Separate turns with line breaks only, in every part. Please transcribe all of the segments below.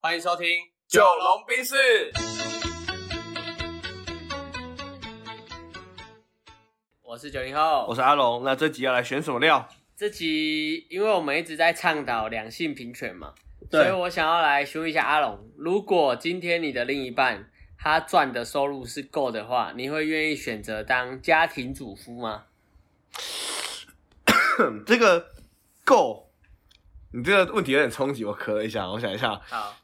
欢迎收听《九龙冰室》。我是九零后，
我是阿龙。那这集要来选什么料？
这集因为我们一直在倡导两性平权嘛，
对
所以我想要来询问一下阿龙，如果今天你的另一半他赚的收入是够的话，你会愿意选择当家庭主夫吗？
嗯这个够，你这个问题有点冲击，我咳了一下，我想一下，
好，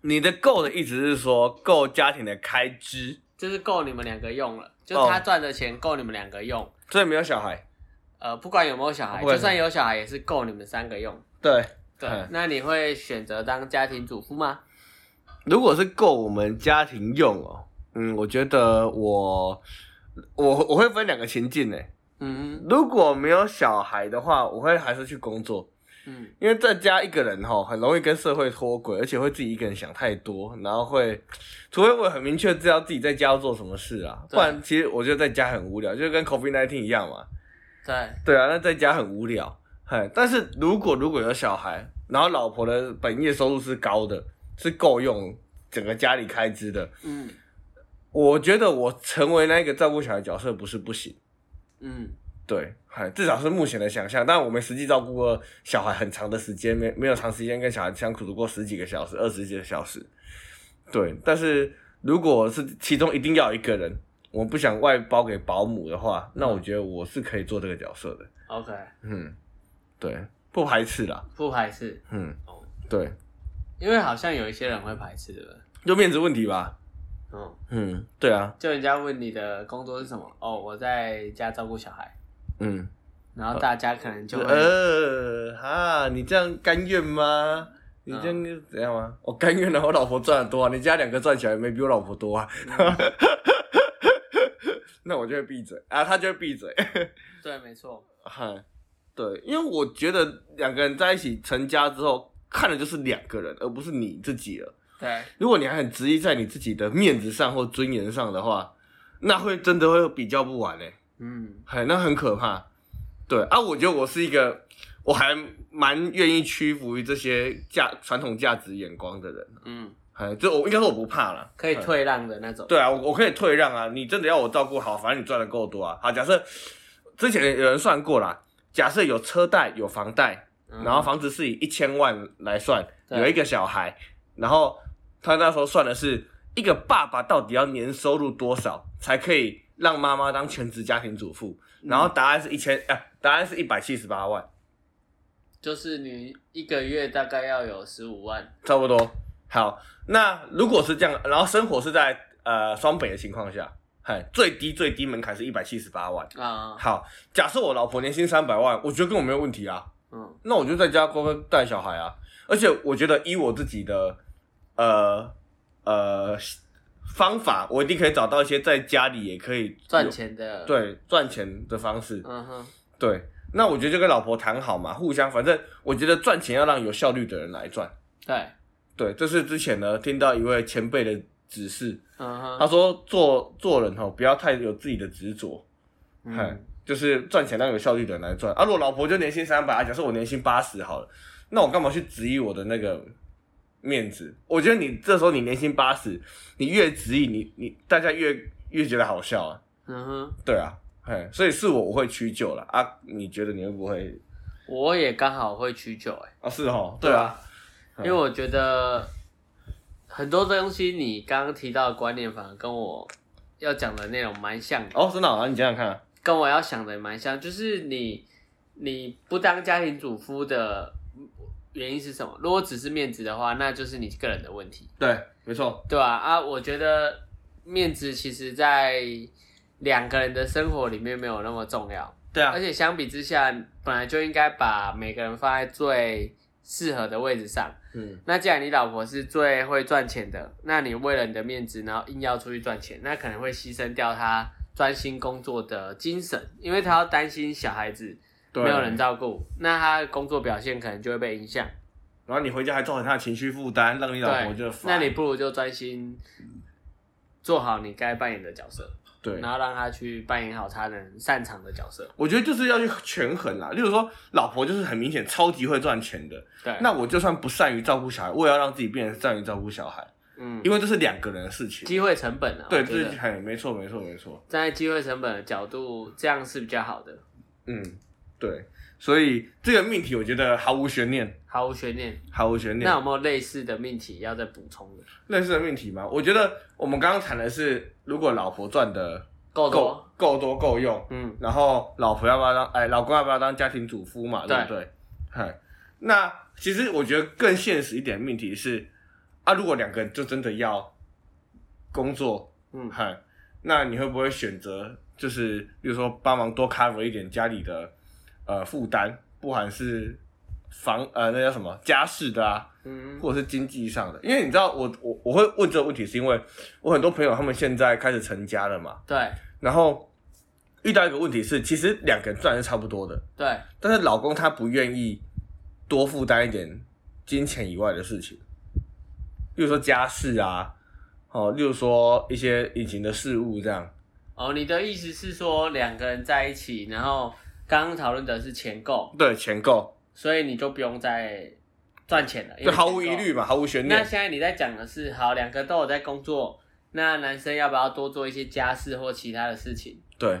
你的够的意思是说够家庭的开支，
就是够你们两个用了，就
哦
他赚的钱够你们两个用，
所以没有小孩。
呃，不管有没有小孩，
不管
就算有小孩也是够你们三个用。
对，
对
嗯，
那你会选择当家庭主妇吗？
如果是够我们家庭用哦，嗯，我觉得我我我会分两个情境诶。
嗯
如果没有小孩的话，我会还是去工作，
嗯
因为在家一个人哈，很容易跟社会脱轨，而且会自己一个人想太多，然后会，除非我很明确知道自己在家要做什么事啊，
对
不然其实我觉得在家很无聊，就跟 COVID 1 9一样嘛。
对，
对啊，那在家很无聊。嘿，但是如果如果有小孩，然后老婆的本业收入是高的，是够用整个家里开支的，
嗯
我觉得我成为那个照顾小孩角色不是不行。
嗯，
对，还至少是目前的想象。但我们实际照顾过小孩很长的时间，没没有长时间跟小孩相处过十几个小时、二十几个小时。对，但是如果是其中一定要有一个人，我不想外包给保姆的话，那我觉得我是可以做这个角色的。
OK，
嗯，对，不排斥啦。
不排斥，
嗯
哦，
对，
因为好像有一些人会排斥的。
就面子问题吧。
嗯，
嗯，对啊，
就人家问你的工作是什么？哦，我在家照顾小孩，
嗯，
然后大家可能就会、
呃哈，你这样甘愿吗？你这样怎样吗？我、甘愿啊，我老婆赚的多啊，你家两个赚起来没比我老婆多啊。
嗯
那我就会闭嘴啊，他就会闭嘴。
对，没错，
嗨，对，因为我觉得两个人在一起成家之后，看的就是两个人，而不是你自己了。
对，
如果你还很执意在你自己的面子上或尊严上的话，那会真的会比较不完嘞、欸
嗯
嘿，那很可怕。对啊，我觉得我是一个，我还蛮愿意屈服于这些价传统价值眼光的人。
嗯，
哎，就我应该说我不怕啦，
可以
嘿。
退让的那种。
对啊，我我可以退让啊，你真的要我照顾好，反正你赚的够多啊。好，假设之前有人算过啦，假设有车贷有房贷，
嗯，
然后房子是以一千万来算，
对
有一个小孩，然后他那时候算的是一个爸爸到底要年收入多少才可以让妈妈当全职家庭主妇，
嗯
然后答案是一千，啊，答案是一百七十八万，
就是你一个月大概要有十五万。
差不多。好，那如果是这样，然后生活是在呃双北的情况下，嗨，最低最低门槛是一百七十八万。
啊，
好，假设我老婆年薪三百万，我觉得跟我没有问题啊。
嗯
那我就在家乖乖带小孩啊。而且我觉得以我自己的呃呃方法，我一定可以找到一些在家里也可以
赚钱的，，
对赚钱的方式。
嗯哼，
对，那我觉得就跟老婆谈好嘛，互相反正我觉得赚钱要让有效率的人来赚。
对，
对，这是之前呢听到一位前辈的指示，
嗯哼，
他说做做人哦，不要太有自己的执着。嗨
嗯，
就是赚钱让有效率的人来赚。啊，如果老婆就年薪三百、啊，假设我年薪八十好了，那我干嘛去质疑我的那个面子？我觉得你这时候你年薪八十，你越质疑你你大家越越觉得好笑啊，
嗯哼。
对啊，嘿，所以是我我会屈就了啊，你觉得你会不会
我也刚好会取酒、欸，
啊？是哦，
对
对
啊
啊，
因为我觉得很多东西你刚刚提到的观念，反而跟我要讲的内容蛮像的，
哦，真的啊，你想想看啊，
跟我要想的蛮像，就是你你不当家庭主夫的原因是什么？如果只是面子的话，那就是你个人的问题，
对，没错，
对吧、啊？我觉得面子其实在两个人的生活里面没有那么重要。
对啊
而，且相比之下，本来就应该把每个人放在最适合的位置上。
嗯，
那既然你老婆是最会赚钱的，那你为了你的面子，然后硬要出去赚钱，那可能会牺牲掉她专心工作的精神，因为她要担心小孩子
对，啊
没有人，照顾，那她的工作表现可能就会被影响。
然后你回家还造成他的情绪负担，让你老婆就
对，
烦，
那你不如就专心做好你该扮演的角色。
对
然后让他去扮演好他能擅长的角色。
我觉得就是要去权衡啦。例如说，老婆就是很明显超级会赚钱的，
对，
那我就算不善于照顾小孩，我也要让自己变成善于照顾小孩，
嗯，
因为这是两个人的事情。
机会成本啊，
对，
我
这
觉
是
得
很没错，没错，没错。
站在机会成本的角度，这样是比较好的，
嗯，对，所以这个命题我觉得毫无悬念，
毫无悬念。
毫无悬念。
那有没有类似的命题要再补充的？
类似的命题吗？我觉得我们刚刚谈的是，如果老婆赚的
够
够
多，
够多够用，
嗯，
然后老婆要不要当哎，老公要不要当家庭主夫嘛？对不对？嗨，那其实我觉得更现实一点的命题是啊，如果两个人就真的要工作，
嗯
嗨，那你会不会选择就是比如说帮忙多 cover 一点家里的呃负担，不管是房呃那叫什么家事的啊，
嗯，
或者是经济上的？因为你知道我我我会问这个问题，是因为我很多朋友他们现在开始成家了嘛，
对
然后遇到一个问题是，其实两个人赚的是差不多的，
对，
但是老公他不愿意多负担一点金钱以外的事情，例如说家事啊，哦，例如说一些隐形的事物这样。
哦，你的意思是说两个人在一起，然后刚刚讨论的是钱够，
对，钱够，
所以你就不用再赚钱了，因
对，
为
毫无
钱
疑
够
虑。嘛，毫无悬
那
念。
现在你在讲的是，好，两个都有在工作，那男生要不要多做一些家事或其他的事情？
对，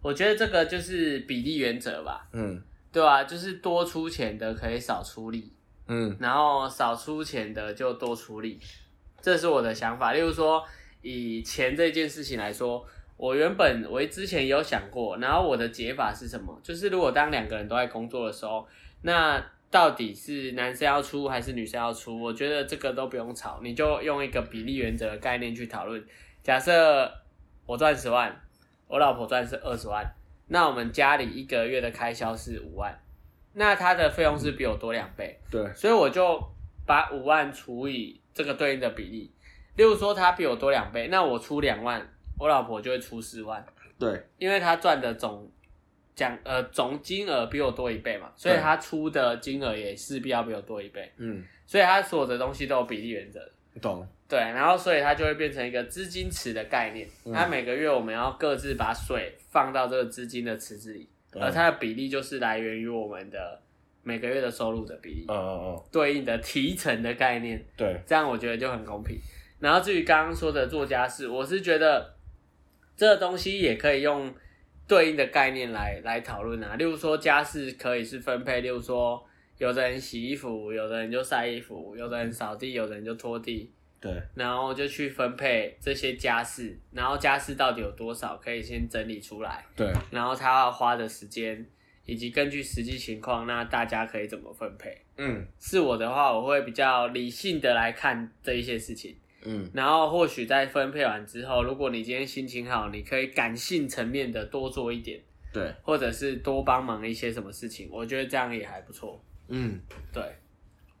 我觉得这个就是比例原则吧，
嗯
对吧、就是多出钱的可以少出力，
嗯
然后少出钱的就多出力，这是我的想法。例如说，以钱这件事情来说，我原本我之前有想过，然后我的解法是什么？就是如果当两个人都在工作的时候，那到底是男生要出还是女生要出？我觉得这个都不用吵，你就用一个比例原则的概念去讨论。假设我赚十万，我老婆赚是二十万，那我们家里一个月的开销是五万，那她的费用是比我多两倍。
对，
所以我就把五万除以这个对应的比例。例如说，他比我多两倍，那我出两万，我老婆就会出四万，
对，
因为她赚的总奖呃总金额比我多一倍嘛，所以
对
她出的金额也势必要比我多一倍，
嗯，
所以她所有的东西都有比例原则。
懂，
对，然后所以它就会变成一个资金池的概念。
嗯
它每个月我们要各自把水放到这个资金的池子里，
对
而它的比例就是来源于我们的每个月的收入的比例。
嗯嗯嗯，
对应的提成的概念，
对，
这样我觉得就很公平。然后至于刚刚说的做家事，我是觉得这个东西也可以用对应的概念来来讨论啊。例如说家事可以是分配，例如说有的人洗衣服，有的人就晒衣服，有的人扫地，有的人就拖地，
对，
然后就去分配这些家事。然后家事到底有多少，可以先整理出来，
对，
然后他要花的时间，以及根据实际情况，那大家可以怎么分配。
嗯
是我的话，我会比较理性的来看这一些事情，
嗯，
然后或许在分配完之后，如果你今天心情好，你可以感性层面的多做一点，
对，
或者是多帮忙一些什么事情，我觉得这样也还不错。
嗯。
对，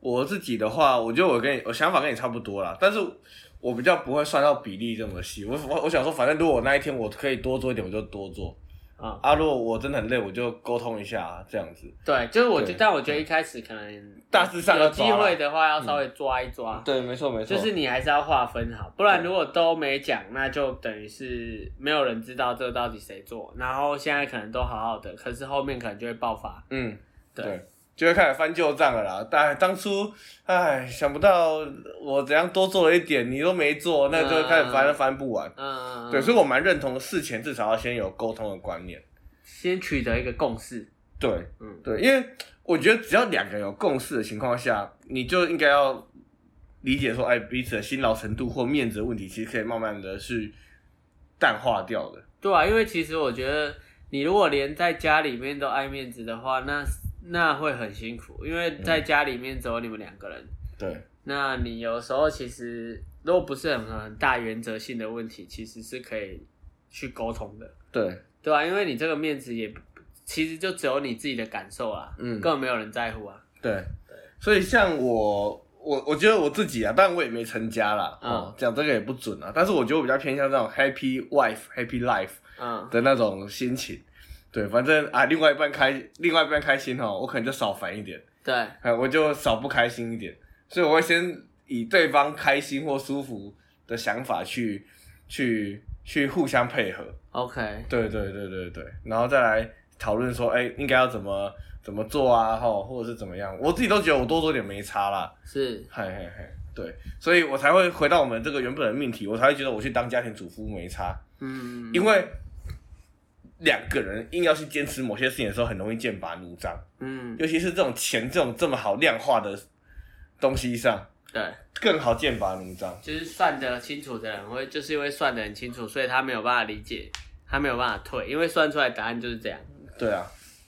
我自己的话，我觉得我跟你我想法跟你差不多啦，但是我比较不会算到比例这么细。我我我想说，反正如果我那一天我可以多做一点，我就多做
啊、
啊。如果我真的很累，我就沟通一下、这样子。
对，就是我
对
就，但我觉得一开始可能
大致上要
有
抓
机
啦
会的话，要稍微抓一抓。
对，没错没
就是你还是要划分好，不然如果都没讲，那就等于是没有人知道这到底谁做。然后现在可能都好好的，可是后面可能就会爆发。
嗯，
对，
对，就会开始翻旧账了啦。但当初哎，想不到我怎样多做了一点，你都没做，那就会开始翻、
嗯
翻不完。
嗯，
对，所以我蛮认同事前至少要先有沟通的观念。
先取得一个共识。
对，
嗯，
对，因为我觉得只要两个人有共识的情况下，你就应该要理解说，哎，彼此的辛劳程度或面子的问题，其实可以慢慢的去淡化掉的。
对啊，因为其实我觉得你如果连在家里面都爱面子的话，那那会很辛苦，因为在家里面只有你们两个人，
对，
那你有时候其实如果不是很很大原则性的问题，其实是可以去沟通的，
对，
对啊，因为你这个面子也其实就只有你自己的感受啊，
嗯
根本没有人在乎啊，
对，所以像我，我我觉得我自己啊，当然我也没成家啦，哦，讲这个也不准啊，但是我觉得我比较偏向这种 happy wife、happy life
嗯，
的那种心情。对，反正啊，另外一半开，另外一半开心哦，我可能就少烦一点。
对，
哎，我就少不开心一点，所以我会先以对方开心或舒服的想法去去去互相配合。
OK，
对对对对对，然后再来讨论说，哎，应该要怎么怎么做啊，吼，或者是怎么样？我自己都觉得我多做点没差啦，
是
嘿嘿嘿，对，所以我才会回到我们这个原本的命题，我才会觉得我去当家庭主妇没差，
嗯，
因为两个人硬要去坚持某些事情的时候，很容易剑拔弩张，
嗯
尤其是这种钱这种这么好量化的东西上，
对，
更好剑拔弩张。
就是算得清楚的人会，就是因为算得很清楚，所以他没有办法理解，他没有办法退，因为算出来答案就是这样。
对啊，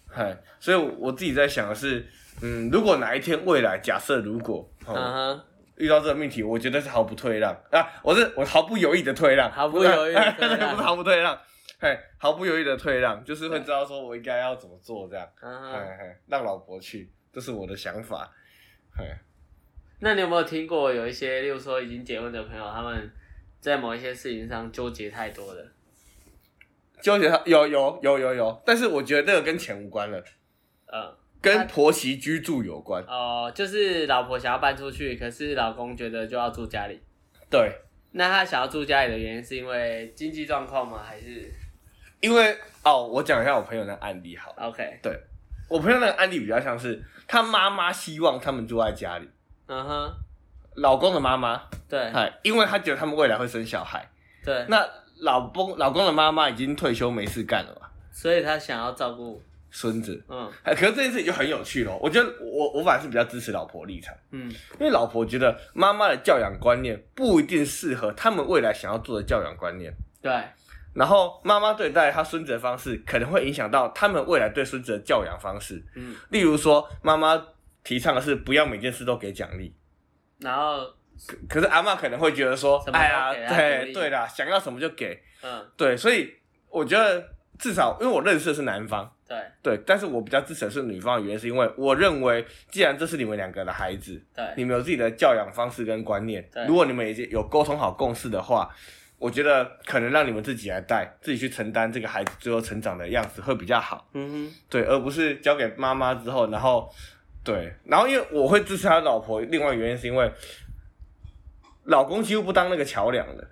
嗨，所以我自己在想的是，嗯，如果哪一天未来假设如果，哦
嗯哼，
遇到这个命题，我觉得是毫不退让啊！我是我毫不犹豫的退让，
毫不犹豫 地退让
不是毫不退让，嘿，毫不犹豫的退让，就是会知道说我应该要怎么做这样，
嗯
嘿
哼，
嘿，让老婆去，这是我的想法，嘿，
那你有没有听过有一些，例如说已经结婚的朋友，他们在某一些事情上纠结太多的？
纠结他有有有有有，但是我觉得那个跟钱无关了，
嗯，
跟婆媳居住有关，
哦，就是老婆想要搬出去，可是老公觉得就要住家里。
对，
那他想要住家里的原因是因为经济状况吗？还是
因为哦，我讲一下我朋友那个案例好了，
OK？
我朋友那个案例比较像是他妈妈希望他们住在家里，
嗯哼，
老公的妈妈，
对
哎，因为他觉得他们未来会生小孩。
对，
那老公老公的妈妈已经退休没事干了嘛，
所以他想要照顾，
孙子。
嗯
哎，可是这件事情就很有趣咯。我觉得我我反而是比较支持老婆立场，
嗯
因为老婆觉得妈妈的教养观念不一定适合他们未来想要做的教养观念，
对，
然后妈妈对待她孙子的方式可能会影响到他们未来对孙子的教养方式。
嗯，
例如说，妈妈提倡的是不要每件事都给奖励，
然后
可是阿嬷可能会觉得说
什，么都
哎呀，
给她奖
对
励
对啦，想要什么就给。
嗯
对，所以我觉得至少因为我认识的是男方。
对
对，但是我比较支持的是女方的原因，是因为我认为，既然这是你们两个的孩子，你
对，
们有自己的教养方式跟观念
对，
如果你们已经有沟通好共识的话，我觉得可能让你们自己来带，自己去承担这个孩子最后成长的样子会比较好，
嗯哼，
对，而不是交给妈妈之后，然后对，然后因为我会支持他老婆，另外一个原因是因为老公几乎不当那个桥梁的，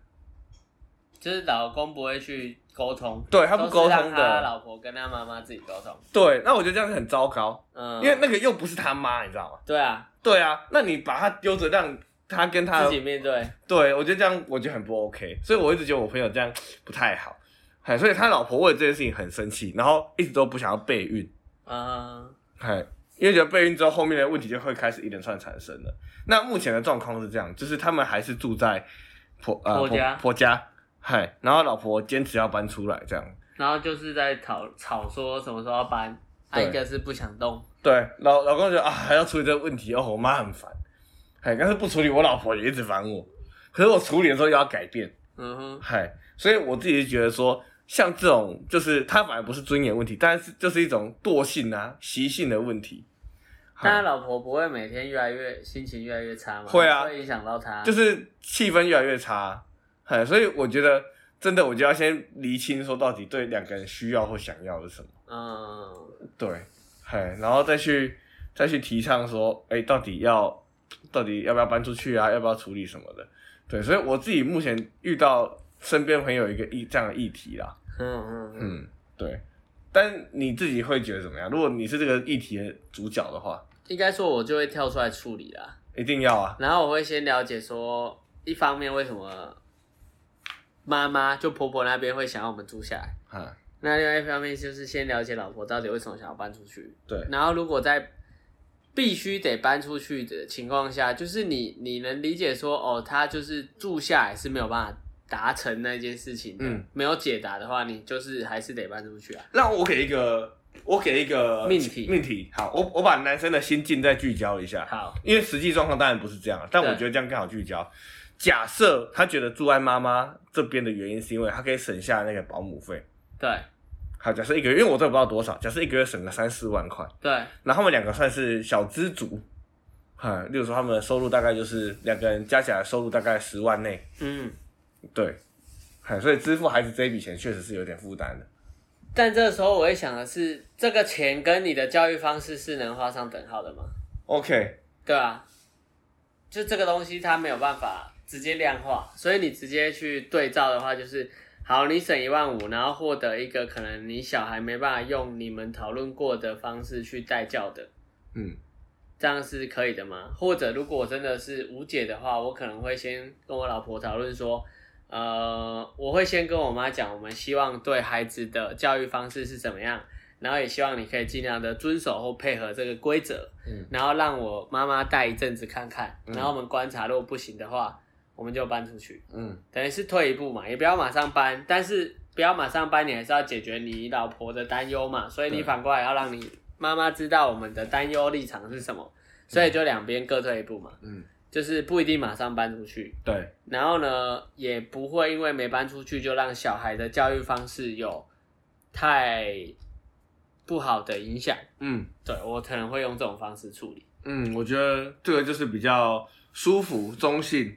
就是老公不会去沟通，
对他不沟
都是让
通
他
的，
老婆跟他妈妈自己沟通，
对，那我觉得这样子很糟糕，
嗯，
因为那个又不是他妈，你知道吗？
对啊，
对啊，那你把他丢着让他跟他
自，己面对，
对我觉得这样我觉得很不 OK，所以我一直觉得我朋友这样不太好，哎，所以他老婆为了这件事情很生气，然后一直都不想要备孕，
嗯
哎，因为觉得备孕之后后面的问题就会开始一连串产生了。那目前的状况是这样，就是他们还是住在婆呃
婆家
婆婆家，嗨，然后老婆坚持要搬出来这样，
然后就是在吵吵说什么时候要搬，他
对
一个是不想动，
对，老老公觉得啊，还要处理这个问题哦，我妈很烦，哎，但是不处理，我老婆也一直烦我，可是我处理的时候又要改变。
嗯哼，
嗨，所以我自己觉得说，像这种就是它反而不是尊严问题，但是就是一种惰性啊、习性的问题。
但他
嗨，
老婆不会每天越来越心情越来越差吗？
会啊
会影响到他，
就是气氛越来越差。嗨，所以我觉得真的，我就要先厘清说到底对两个人需要或想要的是什么。
嗯。
对，嗨，然后再去再去提倡说，哎，到底要到底要不要搬出去啊？要不要处理什么的？对，所以我自己目前遇到身边朋友一个议这样的议题啦。
嗯嗯嗯，
嗯，对。但你自己会觉得怎么样？如果你是这个议题的主角的话，
应该说我就会跳出来处理啦。
一定要啊，
然后我会先了解说，一方面为什么妈妈就婆婆那边会想要我们住下来，
啊，
那另外一方面就是先了解老婆到底为什么想要搬出去。
对，
然后如果在必须得搬出去的情况下，就是你你能理解说，哦，她就是住下来是没有办法达成那件事情的，
嗯
没有解答的话，你就是还是得搬出去啊。
让我给一个，我给一个
命题
命题。好，我我把男生的心境再聚焦一下，
好，
因为实际状况当然不是这样啊，但我
对
觉得这样更好聚焦。假设他觉得住在妈妈这边的原因是因为他可以省下那个保姆费。
对
好，假设一个月，因为我都不知道多少，假设一个月省个三四万块，
对，
然后他们两个算是小资族，哈、例如说他们的收入大概就是两个人加起来收入大概十万内，
嗯。
对，哎，所以支付孩子这一笔钱确实是有点负担的。
但这时候我会想的是，这个钱跟你的教育方式是能画上等号的吗？
OK，
对啊，就这个东西它没有办法直接量化，所以你直接去对照的话，就是好，你省一万五，然后获得一个可能你小孩没办法用你们讨论过的方式去带教的，
嗯，
这样是可以的吗？或者如果我真的是无解的话，我可能会先跟我老婆讨论说，呃，我会先跟我妈讲，我们希望对孩子的教育方式是怎么样，然后也希望你可以尽量的遵守或配合这个规则，
嗯，
然后让我妈妈带一阵子看看，
嗯
然后我们观察，如果不行的话，我们就搬出去。
嗯
等于是退一步嘛，也不要马上搬，但是不要马上搬，你还是要解决你老婆的担忧嘛，所以你
对
反过来要让你妈妈知道我们的担忧立场是什么，所以就两边各退一步嘛，
嗯，
就是不一定马上搬出去，
对，
然后呢，也不会因为没搬出去就让小孩的教育方式有太不好的影响，
嗯
对我可能会用这种方式处理，
嗯，我觉得这个就是比较舒服、中性，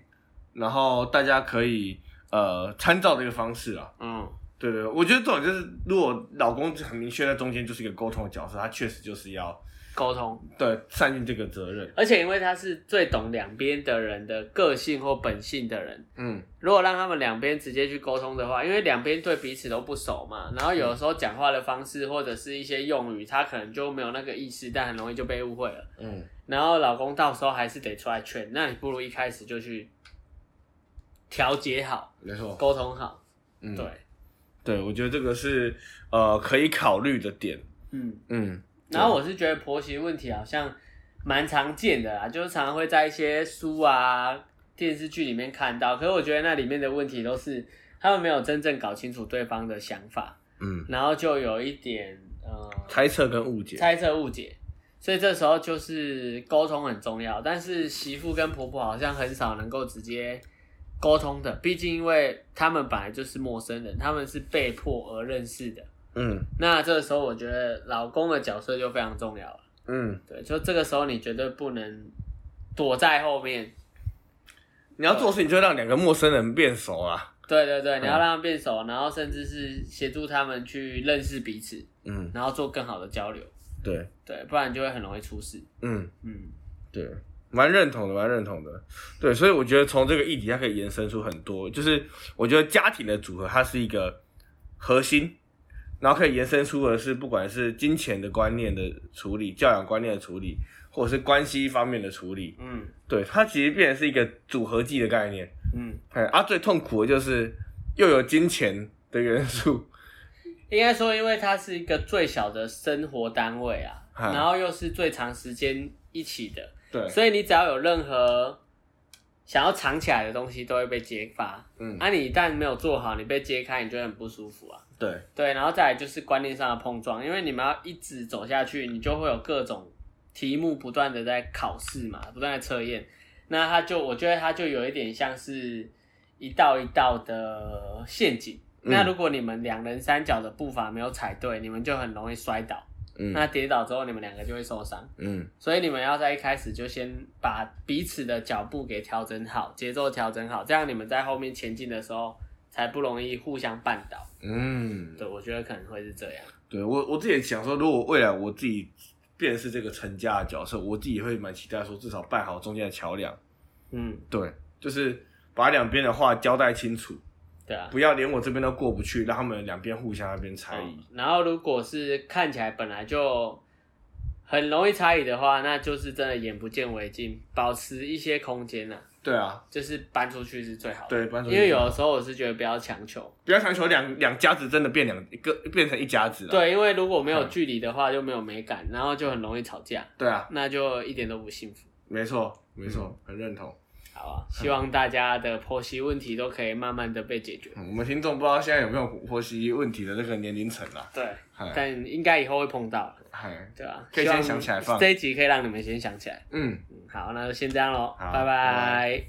然后大家可以呃参照的一个方式啊。
嗯，
对对，对我觉得这种就是，如果老公很明确在中间就是一个沟通的角色，他确实就是要
沟通。
对善尽这个责任。
而且因为他是最懂两边的人的个性或本性的人，
嗯
如果让他们两边直接去沟通的话，因为两边对彼此都不熟嘛，然后有的时候讲话的方式或者是一些用语，他可能就没有那个意识，但很容易就被误会了。
嗯，
然后老公到时候还是得出来劝，那你不如一开始就去调节好、
没错。
沟通好。
哦嗯，
对，
对，我觉得这个是呃可以考虑的点。
嗯。
嗯
然后我是觉得婆媳问题好像蛮常见的啦，就是常常会在一些书啊、电视剧里面看到，可是我觉得那里面的问题都是他们没有真正搞清楚对方的想法。
嗯，
然后就有一点呃
猜测跟误解。
猜测误解，所以这时候就是沟通很重要。但是媳妇跟婆婆好像很少能够直接沟通的，毕竟因为他们本来就是陌生人，他们是被迫而认识的。
嗯
那这个时候，我觉得老公的角色就非常重要了。
嗯，
对，就这个时候你绝对不能躲在后面。
你要做事，你就让两个陌生人变熟啊。
对对对，
嗯
你要让他们变熟，然后甚至是协助他们去认识彼此，
嗯，
然后做更好的交流。
对，
对，不然就会很容易出事。
嗯
嗯，
对，蛮认同的，蛮认同的。对，所以我觉得从这个议题，它可以延伸出很多。就是我觉得家庭的组合，它是一个核心，然后可以延伸出的是，不管是金钱的观念的处理、教养观念的处理，或者是关系方面的处理，
嗯
对，它其实变成是一个组合技的概念。
嗯，
哎，啊，最痛苦的就是又有金钱的元素，
应该说，因为它是一个最小的生活单位啊，
嗯
然后又是最长时间一起的，
对，
所以你只要有任何想要藏起来的东西，都会被揭发。
嗯，
啊，你一旦没有做好，你被揭开，你就会很不舒服啊。
对，
对，然后再来就是观念上的碰撞，因为你们要一直走下去，你就会有各种题目不断的在考试嘛，不断的测验。那它就，我觉得它就有一点像是一道一道的陷阱。
嗯
那如果你们两人三角的步伐没有踩对，你们就很容易摔倒。
嗯
那跌倒之后，你们两个就会受伤。
嗯
所以你们要在一开始就先把彼此的脚步给调整好，节奏调整好，这样你们在后面前进的时候才不容易互相绊倒。
嗯，
对，我觉得可能会是这样。
对我我自己也想说，如果未来我自己变成是这个成家的角色，我自己会蛮期待说，至少办好中间的桥梁，
嗯，
对，就是把两边的话交代清楚，
对啊。
不要连我这边都过不去，让他们两边互相那边猜疑
嗯。然后如果是看起来本来就很容易猜疑的话，那就是真的眼不见为净，保持一些空间呐、
对啊，
就是搬出去是最好的。
对，搬出去
因为有的时候我是觉得不要强求，
不要强求两两家子真的变两一个变成一家子了。
对，因为如果没有
嗯
距离的话就没有美感，然后就很容易吵架，
对啊，
那就一点都不幸福。
没错没
嗯
错，很认同。
好
嗯
啊，希望大家的婆媳问题都可以慢慢的被解决。
嗯我们听众不知道现在有没有婆媳问题的这个年龄层啦，
对，
嗨
但应该以后会碰到，
嗨，
对吧、
可以
希望
先想起来放
这一集可以让你们先想起来。
嗯。
嗯，好，那就先这样喽，
好
拜
拜
拜